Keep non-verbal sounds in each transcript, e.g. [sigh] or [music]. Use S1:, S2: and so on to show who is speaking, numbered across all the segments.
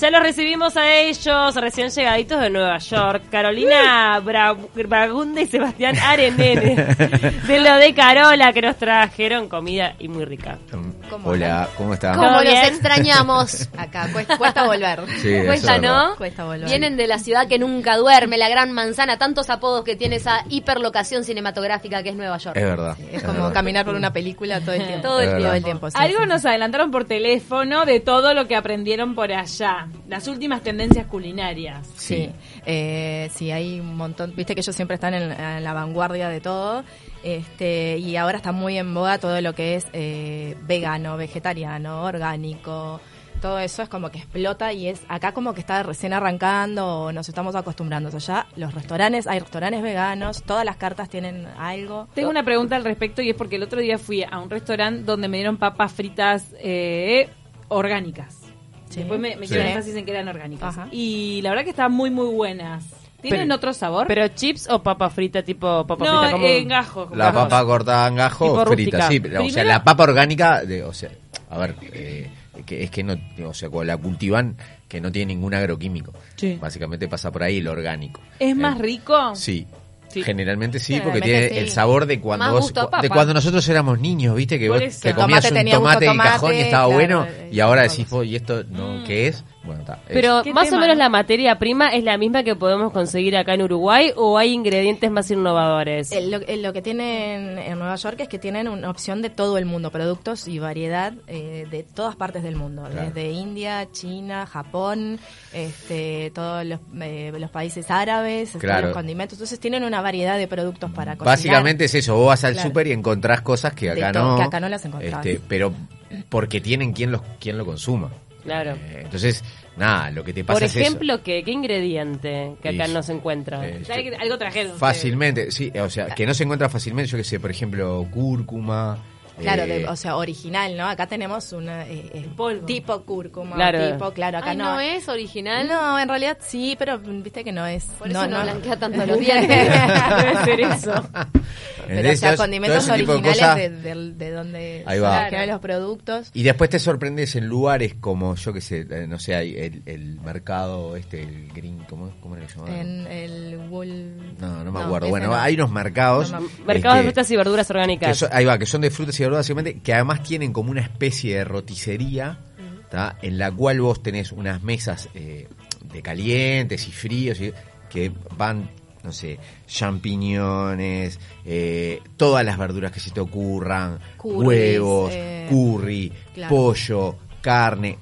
S1: Ya los recibimos a ellos, recién llegaditos de Nueva York.
S2: Mm.
S1: Carolina Bra- Bragunde y Sebastián Arenene, de lo de Carola, que nos trajeron comida y muy rica.
S3: ¿Cómo
S4: Hola, ¿cómo estás?
S3: Como
S1: ¿Todo
S3: los
S1: bien?
S4: [laughs]
S3: extrañamos acá, cuesta, cuesta volver.
S4: Sí, eso
S5: Cuesta,
S4: es verdad.
S5: ¿no?
S3: Cuesta volver.
S5: Vienen de la ciudad que nunca duerme, la gran manzana, tantos apodos que tiene esa hiperlocación cinematográfica que es Nueva York.
S4: Es verdad.
S3: Es como
S4: verdad.
S3: caminar por una película todo el tiempo.
S5: Todo el
S3: Todo el
S5: tiempo.
S3: tiempo, sí,
S2: Algo
S3: sí.
S2: nos adelantaron por teléfono de todo lo que aprendieron por allá. Las últimas tendencias culinarias.
S3: Sí, eh, sí, hay un montón. Viste que ellos siempre están en, en la vanguardia de todo. Este, y ahora está muy en boga todo lo que es eh, vegano, vegetariano, orgánico. Todo eso es como que explota y es acá como que está recién arrancando o nos estamos acostumbrando. O sea, ya los restaurantes, hay restaurantes veganos, todas las cartas tienen algo.
S2: Tengo una pregunta al respecto y es porque el otro día fui a un restaurante donde me dieron papas fritas eh, orgánicas.
S3: Sí.
S2: Después me, me
S4: Sí.
S2: hicieron énfasis en que eran orgánicas.
S3: Ajá.
S2: Y la verdad que estaban muy, muy buenas. ¿Tienen
S3: Pero-
S2: otro sabor?
S1: ¿Pero chips o papa frita tipo papa
S2: no, eh,
S1: frita? común?
S2: en gajos.
S4: La
S2: gajos.
S4: papa cortada en
S1: Tipo
S4: gajo frita,
S1: rústica.
S4: sí. pero, O sea,
S2: Primero-
S4: la papa orgánica, de, o sea, a ver, eh, que es que no, o sea, cuando la cultivan que no tiene ningún agroquímico.
S2: Sí.
S4: Básicamente pasa por ahí lo orgánico.
S2: ¿Es más
S4: Eh,
S2: rico?
S4: Sí.
S2: Sí.
S4: Generalmente sí, porque
S3: Generalmente
S4: tiene
S3: sí.
S4: el sabor de
S5: Más
S4: cuando vos-
S5: gusto a papa.
S4: de cuando nosotros éramos niños, ¿viste? Que
S2: Por
S4: vos
S2: eso.
S4: te
S2: El
S4: comías
S3: tomate
S4: un
S3: tenía gusto
S4: tomate
S3: a
S4: del cajón y
S3: tomate,
S4: estaba
S3: claro,
S4: bueno
S3: eh,
S4: y ahora
S3: todo
S4: decís, "Vos, ¿y esto no qué es?" Bueno, está. es-
S1: Pero
S2: ¿Qué
S1: más
S2: tema,
S1: o menos
S2: no?
S1: la materia prima es la misma que podemos conseguir acá en Uruguay o hay ingredientes más innovadores.
S3: Eh, Lo, eh, lo que tienen en Nueva York es que tienen una opción de todo el mundo, productos y variedad eh, de todas partes del mundo,
S4: Claro.
S3: desde India, China, Japón, este, todos los, eh, los países árabes, están
S4: Claro.
S3: los condimentos. Entonces tienen una variedad de productos para cocinar.
S4: Básicamente es eso, vos vas al
S3: Claro.
S4: súper y encontrás cosas que
S3: De
S4: acá
S3: todo,
S4: no.
S3: que acá no las encontrás.
S4: este, pero porque tienen quien, los, quien lo consuma.
S1: Claro.
S4: Eh, entonces, nada, lo que te pasa
S1: Por
S4: es
S1: ejemplo, ¿qué, ¿qué ingrediente que acá
S4: Y-
S1: no se encuentra?
S4: eh,
S2: ¿Sabe que Algo trajeron.
S4: eso.
S2: ustedes?
S4: Fácilmente, sí, o sea, que no se encuentra fácilmente, yo que sé, por ejemplo, cúrcuma.
S3: Claro,
S4: eh,
S3: de- o sea, original, ¿no? Acá tenemos una eh, eh,
S2: polvo.
S3: tipo cúrcuma,
S1: Claro.
S3: tipo, claro, acá
S5: Ay, no. es original.
S3: No, en realidad sí, pero mm, viste que no es.
S5: Por eso no,
S3: no, [laughs]
S5: blanquea tanto los dientes.
S2: [laughs] Debe
S4: [laughs]
S2: ser eso.
S3: Pero, o sea,
S4: Entonces,
S3: condimentos
S4: todo ese tipo de
S3: originales
S4: cosas.
S3: de, del- de donde
S4: Ahí va.
S3: se originan los productos.
S4: Y después te sorprendes en lugares como, yo que sé, eh, no sé, hay el, el mercado, este, el green, ¿cómo, cómo era que se llamaba?
S3: En el wool...
S4: No, no me acuerdo.
S3: ese
S4: bueno,
S3: no.
S4: hay unos mercados.
S1: Mercados de
S4: este,
S1: frutas y verduras
S4: Que
S1: orgánicas.
S4: son- ahí va, que son de frutas y verduras básicamente, que además tienen como una especie de roticería, ¿tá? en la cual vos tenés unas mesas eh, de calientes y fríos, y- que van, no sé, champiñones, eh, todas las verduras que se te ocurran,
S3: Curries,
S4: huevos,
S3: eh,
S4: curry,
S3: claro.
S4: pollo, carne,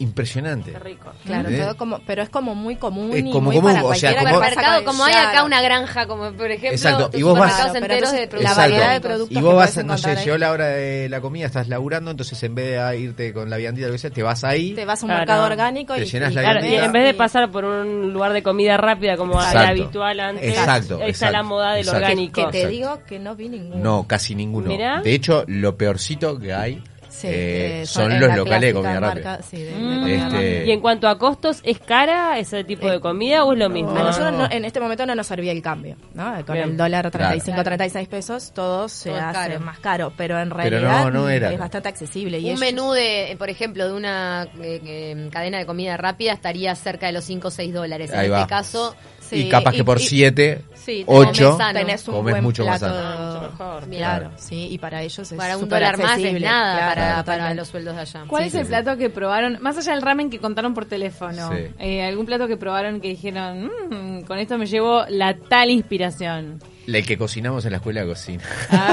S4: impresionante.
S2: Qué rico.
S3: Claro,
S4: ¿Entendés?
S3: todo como, pero es como muy común
S4: Es
S3: y
S4: como
S3: muy
S4: común,
S3: para
S4: o sea,
S3: cualquiera que
S4: como-
S3: pasa
S5: Mercado, como hay
S3: caballar.
S5: acá una granja, como por ejemplo,
S4: Exacto, y
S5: tus
S4: vos vas-
S5: supermercados
S3: Claro, pero
S5: enteros de
S3: entonces,
S5: productos.
S3: la
S4: Exacto.
S3: variedad de productos
S4: Y
S3: que
S4: vos vas,
S3: podés
S4: no sé,
S3: encontrar
S4: llegó
S3: ahí.
S4: la hora de la comida, estás laburando, entonces en vez de irte con la viandita, lo que sea, te vas ahí.
S3: Te vas a un
S1: Claro.
S3: mercado orgánico
S4: Te
S3: y,
S4: llenas
S3: y
S4: la
S1: Claro,
S3: comes
S1: y en vez de
S3: y-
S1: pasar por un lugar de comida rápida como era
S4: Exacto.
S1: habitual antes,
S4: Exacto,
S1: está
S4: exacto,
S1: la moda del
S4: exacto.
S3: que,
S1: orgánico.
S3: que te
S4: Exacto.
S3: digo que no vi ninguno.
S4: No, casi ninguno.
S1: Mirá.
S4: De hecho, lo peorcito que hay
S3: Sí,
S4: eh,
S3: eh,
S4: son
S3: es
S4: los
S3: la
S4: locales de
S3: clásica
S4: comida
S3: marca,
S4: rápida.
S3: sí, de- de
S2: Mm.
S3: comida
S4: Este,
S3: rápida.
S1: Y en cuanto a costos, ¿es cara ese tipo de comida o es lo mismo?
S3: A nosotros no- en este momento no nos servía el cambio, ¿no? Con
S1: Bien.
S3: el dólar
S4: Claro.
S3: 35, 36 pesos, todo se
S5: Todo es
S3: hace
S5: caro.
S3: más caro, pero en
S4: Pero
S3: realidad
S4: no, no era
S3: es
S4: caro.
S3: bastante accesible. Y
S5: Un
S3: ellos-
S5: menú de, eh, por ejemplo, de una eh, eh, cadena de comida rápida estaría cerca de los 5 o 6 dólares.
S4: Ahí
S5: en
S4: va.
S5: este caso,
S3: sí,
S4: y capaz que por
S3: y-
S4: 7,
S5: sí, te comes
S4: 8,
S5: sano.
S3: tenés un
S4: comes
S3: buen
S4: mucho más
S3: plato.
S1: Ah, mucho mejor.
S3: Claro,
S4: Claro.
S3: sí, y para ellos es
S5: para un
S3: súper
S5: dólar más es
S3: accesible,
S5: nada
S3: claro,
S5: para,
S3: totalmente.
S5: para los sueldos de allá.
S2: ¿Cuál
S4: Sí,
S2: es
S4: sí,
S2: el
S4: sí.
S2: plato que probaron? Más allá del ramen que contaron por teléfono.
S4: Sí.
S2: eh, ¿Algún plato que probaron que dijeron, "Mm, con esto me llevo la
S4: [laughs]
S2: tal inspiración?
S4: el que cocinamos en la escuela de cocina.
S2: A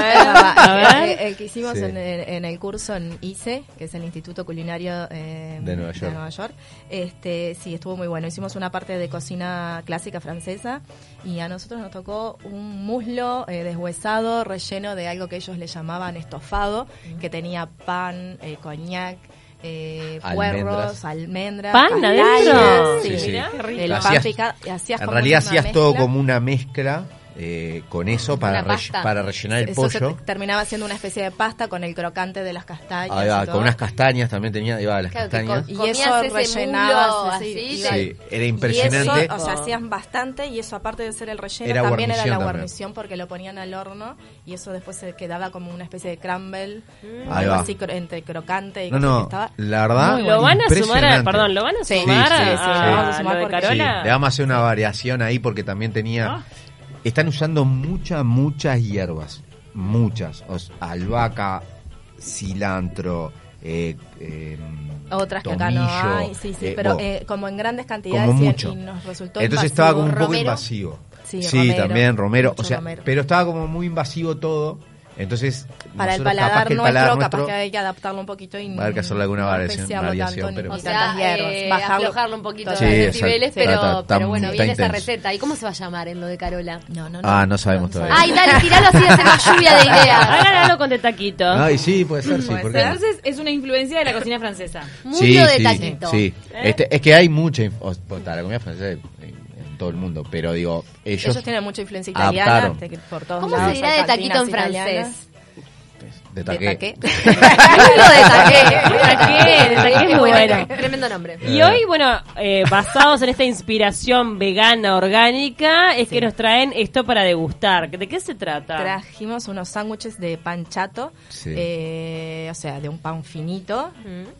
S3: [laughs]
S2: ver, a
S3: Ah,
S2: ver.
S3: El, el que hicimos
S4: Sí.
S3: en, el- en el curso en ICE, que es el Instituto Culinario eh,
S4: De Nueva York.
S3: York, este, sí, estuvo muy bueno. Hicimos una parte de cocina clásica francesa y a nosotros nos tocó un muslo eh, deshuesado, relleno de algo que ellos le llamaban estofado,
S2: Mm.
S3: que tenía pan, eh, coñac. Eh,
S4: Almendras.
S3: puerros, almendras,
S1: ¿Pan
S3: castañas,
S1: adentro?
S4: Sí, sí.
S3: El
S4: Lo
S3: pan
S4: hacías-
S3: picado, hacías
S4: en
S3: como
S4: realidad
S3: una
S4: hacías todo
S3: mezcla.
S4: como una mezcla eh, con eso para,
S5: Una
S4: rell-
S5: pasta.
S4: para rellenar el
S3: Eso se
S4: pollo.
S3: te- terminaba siendo una especie de pasta con el crocante de las castañas.
S4: Ahí va,
S3: y todo.
S4: con unas castañas también tenía, ahí va, las
S5: Claro, que
S4: castañas.
S5: con-
S3: Y
S5: Comías
S3: eso
S5: ese muslo
S3: rellenabas así,
S5: así,
S3: iba-
S4: Sí, era
S3: Y
S4: impresionante.
S3: eso, o sea, hacían bastante y eso aparte de ser el relleno
S4: Era
S3: también era
S4: guarnición
S3: la
S4: también.
S3: guarnición porque lo ponían al horno y eso después se quedaba como una especie de crumble,
S4: Mm. Ahí
S3: algo
S4: va.
S3: así cro- entre crocante y
S4: no,
S3: que
S4: no,
S3: estaba
S4: la verdad.
S1: lo van a sumar, a-
S4: impresionante.
S1: perdón, lo van a
S3: Sí,
S1: sumar
S4: sí, sí,
S1: a-
S4: sí,
S1: a
S4: lo
S3: vamos a sumar
S1: lo de
S3: porque-
S4: Sí,
S1: Carola.
S4: le vamos a hacer una variación ahí porque también tenía. Están usando muchas, muchas hierbas. Muchas. O sea, albahaca, cilantro, eh, eh,
S3: otras que acá no
S4: tomillo,
S3: hay, sí, sí,
S4: eh,
S3: pero
S4: bueno,
S3: eh, como en grandes cantidades
S4: como
S3: y-
S4: mucho.
S3: y nos resultó
S4: Entonces estaba como un
S3: invasivo.
S4: poco
S5: Romero.
S4: invasivo.
S3: Sí, romero,
S4: también Romero. O
S3: mucho
S4: sea,
S3: romero.
S4: pero estaba como muy invasivo todo. Entonces,
S3: para
S4: nosotros
S3: el
S4: capaz
S3: paladar,
S4: que el
S3: nuestro,
S4: paladar
S3: capaz
S4: nuestro-
S3: que hay que adaptarlo un poquito y
S4: Va a haber que hacerle alguna
S3: no
S4: variación,
S3: especiarlo
S4: variación,
S3: tanto ni
S4: pero-
S5: O
S3: con
S5: sea,
S3: tantas hierbas,
S5: eh,
S3: bajarlo.
S5: aflojarlo un poquito
S4: Sí,
S5: los
S3: totalmente.
S4: exacto.
S5: decibeles, pero,
S4: Está- está-
S5: pero bueno,
S4: está
S5: viene esa
S4: intenso.
S5: receta. ¿Y cómo se va a llamar en lo de Carola?
S3: No, no,
S4: Ah, no sabemos todavía.
S5: Ay, dale, tiralo así, hace
S4: [laughs]
S5: una lluvia de ideas.
S1: Hagan algo con de taquito.
S4: Ay, sí, puede ser, sí.
S3: Puede
S4: ¿por qué no?
S2: Entonces es una influencia de la cocina francesa.
S4: [laughs]
S5: Mucho de taquito.
S4: Sí. Este, es que hay mucha. inf- o- o sea, la comida francesa en, en todo el mundo, pero digo, ellos.
S3: Ellos tienen mucha influencia
S4: Ah,
S3: italiana
S4: adaptaron.
S3: te- por todos
S5: ¿Cómo se
S3: lados,
S5: dirá
S3: hay
S5: de taquito en
S3: cantinas italianas.
S5: francés?
S4: de
S3: ¿De
S4: taqué.
S3: taqué?
S5: [laughs] Mucho de taqué.
S1: De taqué, de taqué es muy bueno.
S5: Tremendo nombre.
S1: Y hoy, bueno, eh, basados en esta inspiración vegana, orgánica, es que nos traen esto para degustar. ¿De qué se trata?
S3: Trajimos unos sándwiches de pan chato,
S4: Sí.
S3: eh, o sea, de un pan finito,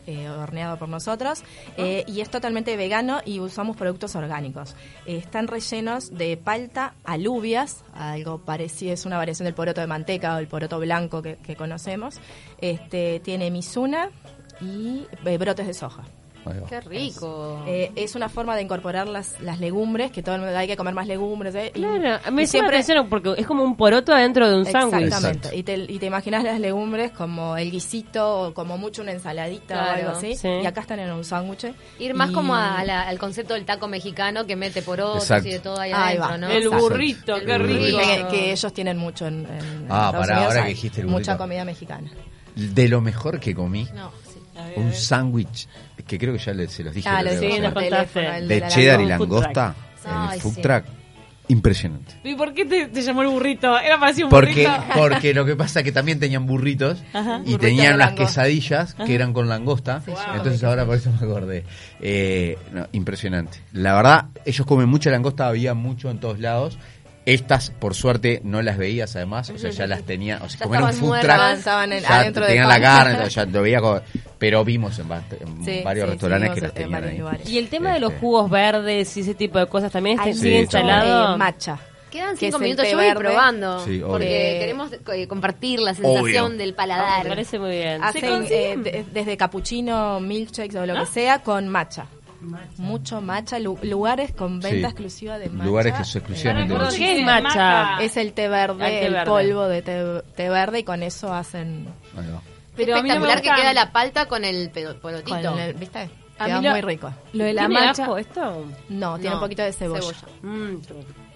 S3: eh, horneado por nosotros, eh, y es totalmente vegano y usamos productos orgánicos. Eh, están rellenos de palta, alubias, algo parecido, es una variación del poroto de manteca o el poroto blanco que, que conocemos. Este, tiene misuna y eh, brotes de soja.
S4: [laughs] Ahí va.
S5: Qué rico.
S3: Eh, es una forma de incorporar las, las legumbres, que todo el mundo hay que comer más legumbres. eh, y-
S1: Claro,
S3: y
S1: me siempre atención porque es como un poroto adentro de un sándwich.
S3: Exactamente.
S4: Exacto.
S3: Y te, y te imaginas las legumbres como el guisito o como mucho una ensaladita o
S5: Claro,
S3: algo así.
S1: sí.
S3: Y acá están en un sándwich.
S5: Ir más
S3: Y-
S5: como a la- al concepto del taco mexicano que mete por otros
S4: Exacto.
S5: y de todo ahí
S3: Ahí
S5: adentro,
S3: va.
S5: ¿no?
S2: El
S5: Exacto.
S2: burrito,
S5: El
S2: qué
S3: Y
S2: rico.
S5: burrito.
S3: Que, que ellos tienen mucho en, en
S4: Ah,
S3: Estados
S4: pará,
S3: Unidos,
S4: ahora
S3: hay
S4: que dijiste el
S3: Mucha
S4: burrito.
S3: comida mexicana.
S4: De lo mejor que comí,
S5: No, sí.
S4: un sándwich, que creo que ya le- se los dije.
S3: Ah,
S4: creo
S3: lo
S1: sí,
S4: que o sea,
S3: dijimos
S1: nos
S3: por
S1: contaste.
S3: teléfono. el
S4: de
S3: la
S4: cheddar y
S1: langosta.
S4: langosta,
S5: Ay,
S4: el food
S5: sí.
S4: track. Impresionante.
S2: ¿Y por qué te, te llamó el burrito? Era parecido un
S4: Porque,
S2: burrito.
S4: [laughs] porque lo que pasa es que también tenían burritos y
S3: Burrito
S4: tenían
S3: de
S4: las
S3: langosta.
S4: quesadillas que eran con langosta. Entonces ahora por eso me acordé. Eh, no, impresionante. La verdad, ellos comen mucha langosta, había mucho en todos lados. Estas, por suerte, no las veías además, o sea, ya las tenía, o sea,
S5: Ya
S4: como era un
S5: estaban
S4: food
S5: muertas,
S4: truck,
S3: estaban en-
S4: ya
S3: adentro del
S4: tenían la
S3: pan.
S4: carne, entonces ya lo veía, como- pero vimos en, bast- en
S3: Sí,
S4: varios
S3: sí,
S4: restaurantes
S3: sí,
S4: que
S3: vimos
S4: las
S3: en
S4: tenían
S3: varios
S4: ahí.
S3: lugares.
S1: Y el tema de los
S4: Este.
S1: jugos verdes y ese tipo de cosas también
S5: Este
S1: está
S3: Hay
S1: sigue
S3: mucho,
S1: instalado.
S3: eh, matcha.
S5: Quedan
S3: que es
S5: cinco
S3: el
S5: minutos,
S3: té
S5: yo voy a ir
S3: verde.
S5: probando.
S4: Sí, obvio.
S5: porque
S3: Eh,
S5: queremos eh, compartir la sensación
S4: Obvio.
S5: del
S1: Me
S5: paladar.
S1: parece muy bien.
S2: Se
S3: Hacen eh,
S2: consiguen.
S3: de- desde capuchino, milkshakes o lo que sea con matcha. Mucho matcha, lu- lugares con venta
S4: Sí.
S3: exclusiva de eh, matcha. Eh,
S4: Lugares que son exclusivamente
S1: Ahora me acuerdo
S4: de-
S1: ¿Qué es macha?
S3: Es el té verde,
S1: Ah, el
S3: el,
S1: té verde.
S3: polvo de té, té verde y con eso hacen
S4: Ahí va.
S2: Pero a mí no me
S5: Espectacular
S2: gusta.
S5: que queda la palta con el pe- porotito.
S3: con el, ¿viste?
S2: A
S3: Queda
S2: mí lo-
S3: muy rico.
S2: Lo de la
S1: ¿Tiene
S2: macha.
S1: ajo esto?
S3: No, tiene
S5: No,
S3: un poquito de cebolla.
S1: Mm.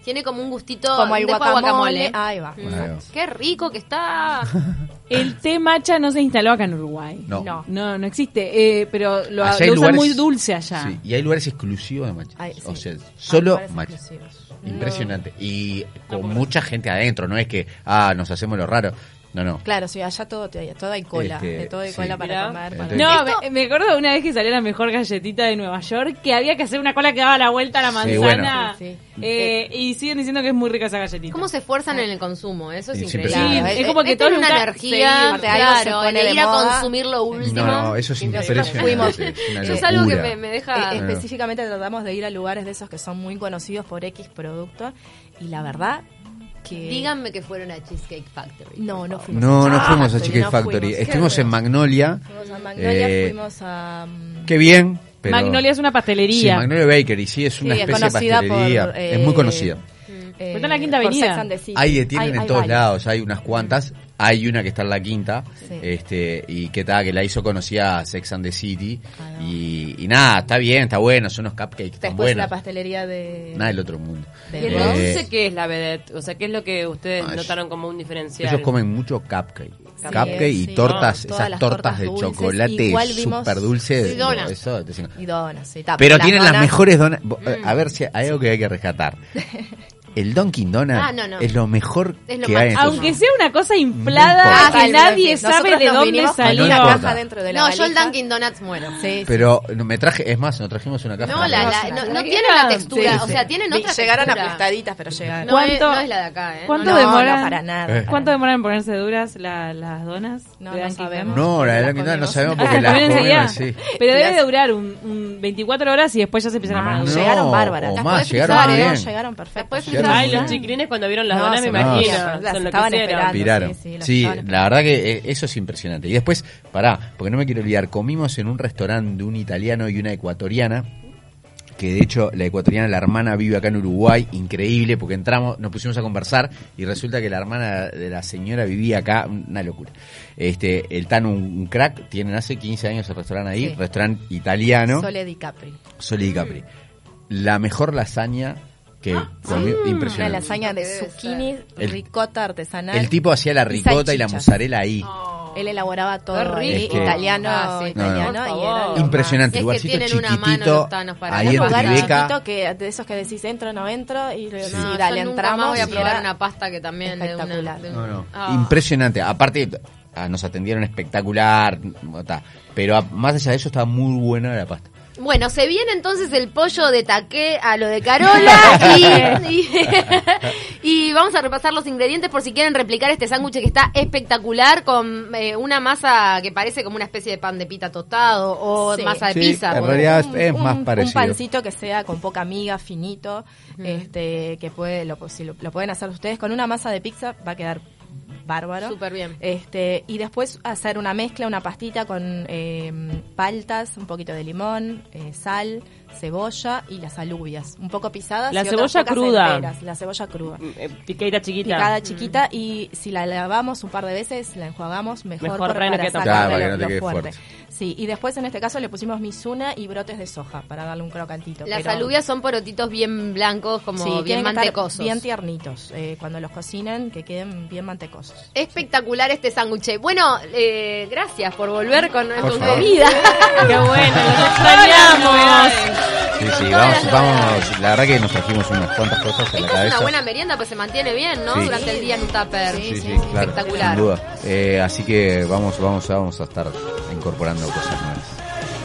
S5: Tiene como un gustito
S3: Como el
S5: de
S3: guacamole.
S5: guacamole.
S3: Ahí va.
S5: Mm.
S4: Ahí va.
S5: Qué rico que está.
S4: [laughs]
S2: El té macha no se instaló acá en Uruguay.
S4: No.
S3: No.
S2: No, no existe. Eh, pero lo,
S4: Allá
S2: lo
S4: hay
S2: usan
S4: lugares-
S2: muy dulce allá.
S4: Sí, y hay lugares exclusivos de matcha.
S3: Ay,
S4: O
S3: sí.
S4: sea,
S3: Hay
S4: solo
S3: lugares
S4: matcha.
S3: exclusivos.
S4: Impresionante. Y con mucha gente adentro, no es que, ah, nos hacemos lo raro. No, no.
S3: Claro, sí, allá todo, te- todo hay cola.
S4: Este,
S3: de todo hay
S4: sí.
S3: cola para
S1: Mirá.
S3: comer. para-
S4: Entonces-
S2: No, me, me acuerdo una vez que salió la mejor galletita de Nueva York, que había que hacer una cola que daba la vuelta a la
S4: Sí,
S2: manzana.
S3: bueno. Sí,
S2: Eh, y siguen diciendo que es muy rica esa galletita.
S5: ¿Cómo se esfuerzan en el consumo? Eso es
S4: Sí,
S5: increíble.
S4: impresionante.
S3: Claro,
S2: es
S5: Eh,
S2: como que
S5: meten
S2: todos
S5: una
S2: nunca- Sí,
S5: energía,
S2: aparte
S3: algo se
S5: claro,
S3: pone
S5: de
S3: de
S5: ir a
S3: moda.
S5: consumir lo último.
S4: No, no, eso es
S3: Nosotros
S4: impresionante.
S3: fuimos.
S4: una
S5: Eso es algo que
S4: locura.
S5: me, me deja.
S3: Eh, específicamente tratamos de ir a lugares de esos que son muy conocidos por X producto. Y la verdad que...
S5: Díganme que fueron a Cheesecake Factory.
S3: No, no fuimos.
S4: No, no fuimos a
S3: Ah,
S4: Chicken
S3: no fuimos.
S4: Factory. Estuvimos en Magnolia.
S3: Fuimos a Magnolia,
S4: Eh,
S3: fuimos a... mm,
S4: Qué bien. Pero...
S2: Magnolia es una
S4: Sí,
S2: pastelería.
S4: Magnolia Bakery, sí, es una
S3: Sí, es
S4: especie de
S3: conocida por,
S4: pastelería.
S3: eh,
S4: es muy conocida.
S3: eh,
S2: Está en la Quinta
S3: por
S2: Avenida.
S3: Sex and the City.
S4: Hay de tienen
S3: Hay-
S4: en
S3: hay
S4: todos
S3: varios.
S4: lados, hay unas cuantas. Hay una que está en la quinta,
S3: Sí.
S4: este, y que tal, que la hizo conocida a Sex and the City.
S3: Ah,
S4: Y, y nada, está bien, está bueno, son unos cupcakes tan
S3: Después
S4: buenos.
S3: la pastelería de...
S4: Nada del otro mundo.
S3: ¿Y
S1: ¿Y el
S3: Eh,
S1: dulce qué es la vedette? O sea, ¿qué es lo que ustedes
S4: ay,
S1: notaron como un diferencial?
S4: Ellos comen mucho cupcake.
S3: Sí,
S4: cupcake y
S3: sí.
S4: tortas,
S3: Todas
S4: esas
S3: las
S4: tortas
S3: tortas
S4: de
S3: dulces,
S4: chocolate
S3: igual vimos-
S4: súper dulces.
S5: Sí, donas.
S4: Eso, te siento.
S3: Y donas, Mm. sí, está,
S4: pero
S3: las
S4: tienen las
S3: donas- [laughs]
S4: mejores donas. Bo- A ver si hay algo que hay que rescatar. el Dunkin' Donuts
S5: Ah, no, no.
S4: es lo mejor
S5: Es lo
S4: que
S5: más-
S4: hay en este Estados
S2: Aunque
S4: Unidos.
S2: sea una cosa inflada
S4: importa.
S2: que
S5: Ah, sí,
S2: nadie
S5: sí.
S2: sabe
S3: Nosotros
S2: de
S3: nos
S2: dónde
S3: vinimos con
S2: salió.
S4: una
S3: Una
S4: importa.
S3: caja dentro de la
S5: No, yo el
S3: valija.
S5: Dunkin' Donuts muero.
S3: Sí, sí.
S4: Pero me traje, es más, nos trajimos una caja.
S5: No, la, la- no, no
S2: ¿La
S5: tienen la
S2: quedan?
S5: textura,
S4: Sí,
S5: o
S4: sí.
S5: sea, tienen
S3: Vi-
S5: otra
S3: llegaron
S5: textura.
S3: aplastaditas, pero llegaron.
S5: No, es,
S2: ¿Cuánto-
S5: no es la de acá, ¿eh?
S2: cuánto
S5: No,
S3: no,
S5: no.
S2: demoran?
S3: no, para nada.
S4: Eh.
S2: ¿Cuánto demoran en ponerse duras la- las donas?
S3: No,
S2: de
S3: no
S2: Dunkin'
S3: sabemos.
S2: Donuts?
S4: No, la de
S3: Las
S4: Dunkin' Donuts no
S3: comemos.
S4: sabemos
S2: Ah,
S4: porque
S2: ¿se
S4: la
S2: comen enseguida?
S4: comemos, sí.
S2: Pero debe
S3: Las-
S2: de durar un, un 24 horas y después ya se empiezan a
S3: Ah,
S2: poner duras.
S3: llegaron
S4: No,
S3: bárbaras.
S4: o
S3: Las
S4: más,
S5: podés
S4: llegaron
S5: frizar,
S4: bien.
S5: ¿eh?
S3: No, llegaron perfectas.
S5: Después
S4: Llegaron
S1: Ay,
S4: bien.
S1: los Ah, chiquilines cuando vieron las
S3: No,
S1: donas, me
S3: se
S1: imagino.
S3: morían, las
S1: son lo
S3: estaban
S1: que
S3: esperando.
S4: Piraron.
S3: Sí, sí,
S4: Sí,
S3: las estaban
S4: la verdad que eh, eso es impresionante. Y después, pará, porque no me quiero olvidar, comimos en un restaurante de un italiano y una ecuatoriana, que de hecho la ecuatoriana, la hermana, vive acá en Uruguay, increíble, porque entramos, nos pusimos a conversar y resulta que la hermana de la señora vivía acá, una locura. Este, el tan un, un crack, tienen hace 15 años el restaurante ahí,
S3: Sí.
S4: restaurante italiano.
S3: Sole DiCapri.
S4: Soli Di Capri. La mejor lasaña que
S5: Ah,
S4: comí,
S3: Una
S4: impresionante.
S3: lasaña de
S5: Debe ser.
S3: zucchini,
S4: El-
S3: ricota artesanal.
S4: El tipo hacía la
S3: y
S4: ricota y la
S3: salchichas.
S4: mozzarella ahí.
S5: Oh,
S3: Él elaboraba todo
S5: Qué
S3: ahí,
S4: rico.
S3: italiano,
S5: Ah, sí,
S3: italiano.
S5: no, no.
S3: y
S5: Por
S3: era
S5: favor.
S3: lo más.
S4: Impresionante,
S5: Es que
S4: lugarcito
S5: tienen una mano
S4: chiquitito.
S5: los tanos para
S4: Ahí
S5: la
S4: en
S3: un lugar
S5: pasta.
S4: Tribeca.
S3: chiquito que de esos que decís entro, no entro, y le-
S4: Sí.
S5: No,
S3: y
S5: yo
S3: dale,
S5: nunca
S3: entramos.
S5: más voy a
S3: y
S5: probar
S3: era-
S5: una pasta que también de una...
S3: espectacular.
S5: de un-
S4: No, no.
S5: Ah.
S4: Impresionante. Aparte, ah, nos atendieron espectacular. ta. Pero ah, más allá de eso, estaba muy buena la pasta.
S5: Bueno, se viene entonces el pollo de taqué
S3: [laughs]
S5: a lo de Carola y, y- y vamos a repasar los ingredientes por si quieren replicar este sándwich que está espectacular con eh, una masa que parece como una especie de pan de pita tostado o
S3: Sí.
S5: masa de
S4: Sí,
S5: pizza.
S4: en realidad es-
S3: un-
S4: es
S3: un-
S4: más parecido.
S3: Un pancito que sea con poca miga, finito, este, que puede, lo, si lo, lo pueden hacer ustedes con una masa de pizza, va a quedar bárbaro.
S5: Súper bien.
S3: Este, y después hacer una mezcla, una pastita con eh, paltas, un poquito de limón, eh, sal, cebolla y las alubias. Un poco pisadas.
S1: La
S3: y otras
S1: cebolla
S3: pocas
S1: cruda.
S3: enteras, la cebolla cruda.
S1: Eh, Picadita chiquita.
S3: Picada chiquita y si la lavamos un par de veces, la enjuagamos mejor,
S1: Mejor
S3: por-
S1: para no
S3: para
S1: quede tan
S3: sacarle
S4: Claro, para que
S3: lo-
S4: no te
S3: lo
S4: quede fuerte.
S3: Sí, y después en este caso le pusimos misuna y brotes de soja para darle un crocantito.
S5: Las
S3: pero-
S5: alubias son porotitos bien blancos, como
S3: Sí,
S5: bien
S3: tienen que estar
S5: mantecosos.
S3: Bien tiernitos. eh, cuando los cocinen, que queden bien mantecosos.
S5: Espectacular este sándwich. Bueno, eh, gracias por volver con tu
S4: favor.
S5: comida.
S1: Qué bueno, los extrañamos.
S4: Sí,
S5: Son
S4: sí,
S5: todas
S4: vamos,
S5: las
S4: vamos. La verdad que nos trajimos unas cuantas cosas en la
S5: Esta es
S4: cabeza.
S5: una buena merienda, pues se mantiene bien, ¿no?
S4: Sí.
S5: Durante el día en un tupper.
S4: Sí, sí, claro.
S5: Espectacular.
S4: Sin duda. Eh, así que vamos, vamos, vamos a estar incorporando cosas nuevas.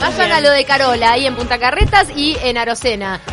S5: Vayan a lo de Carola ahí en Punta Carretas y en Arocena.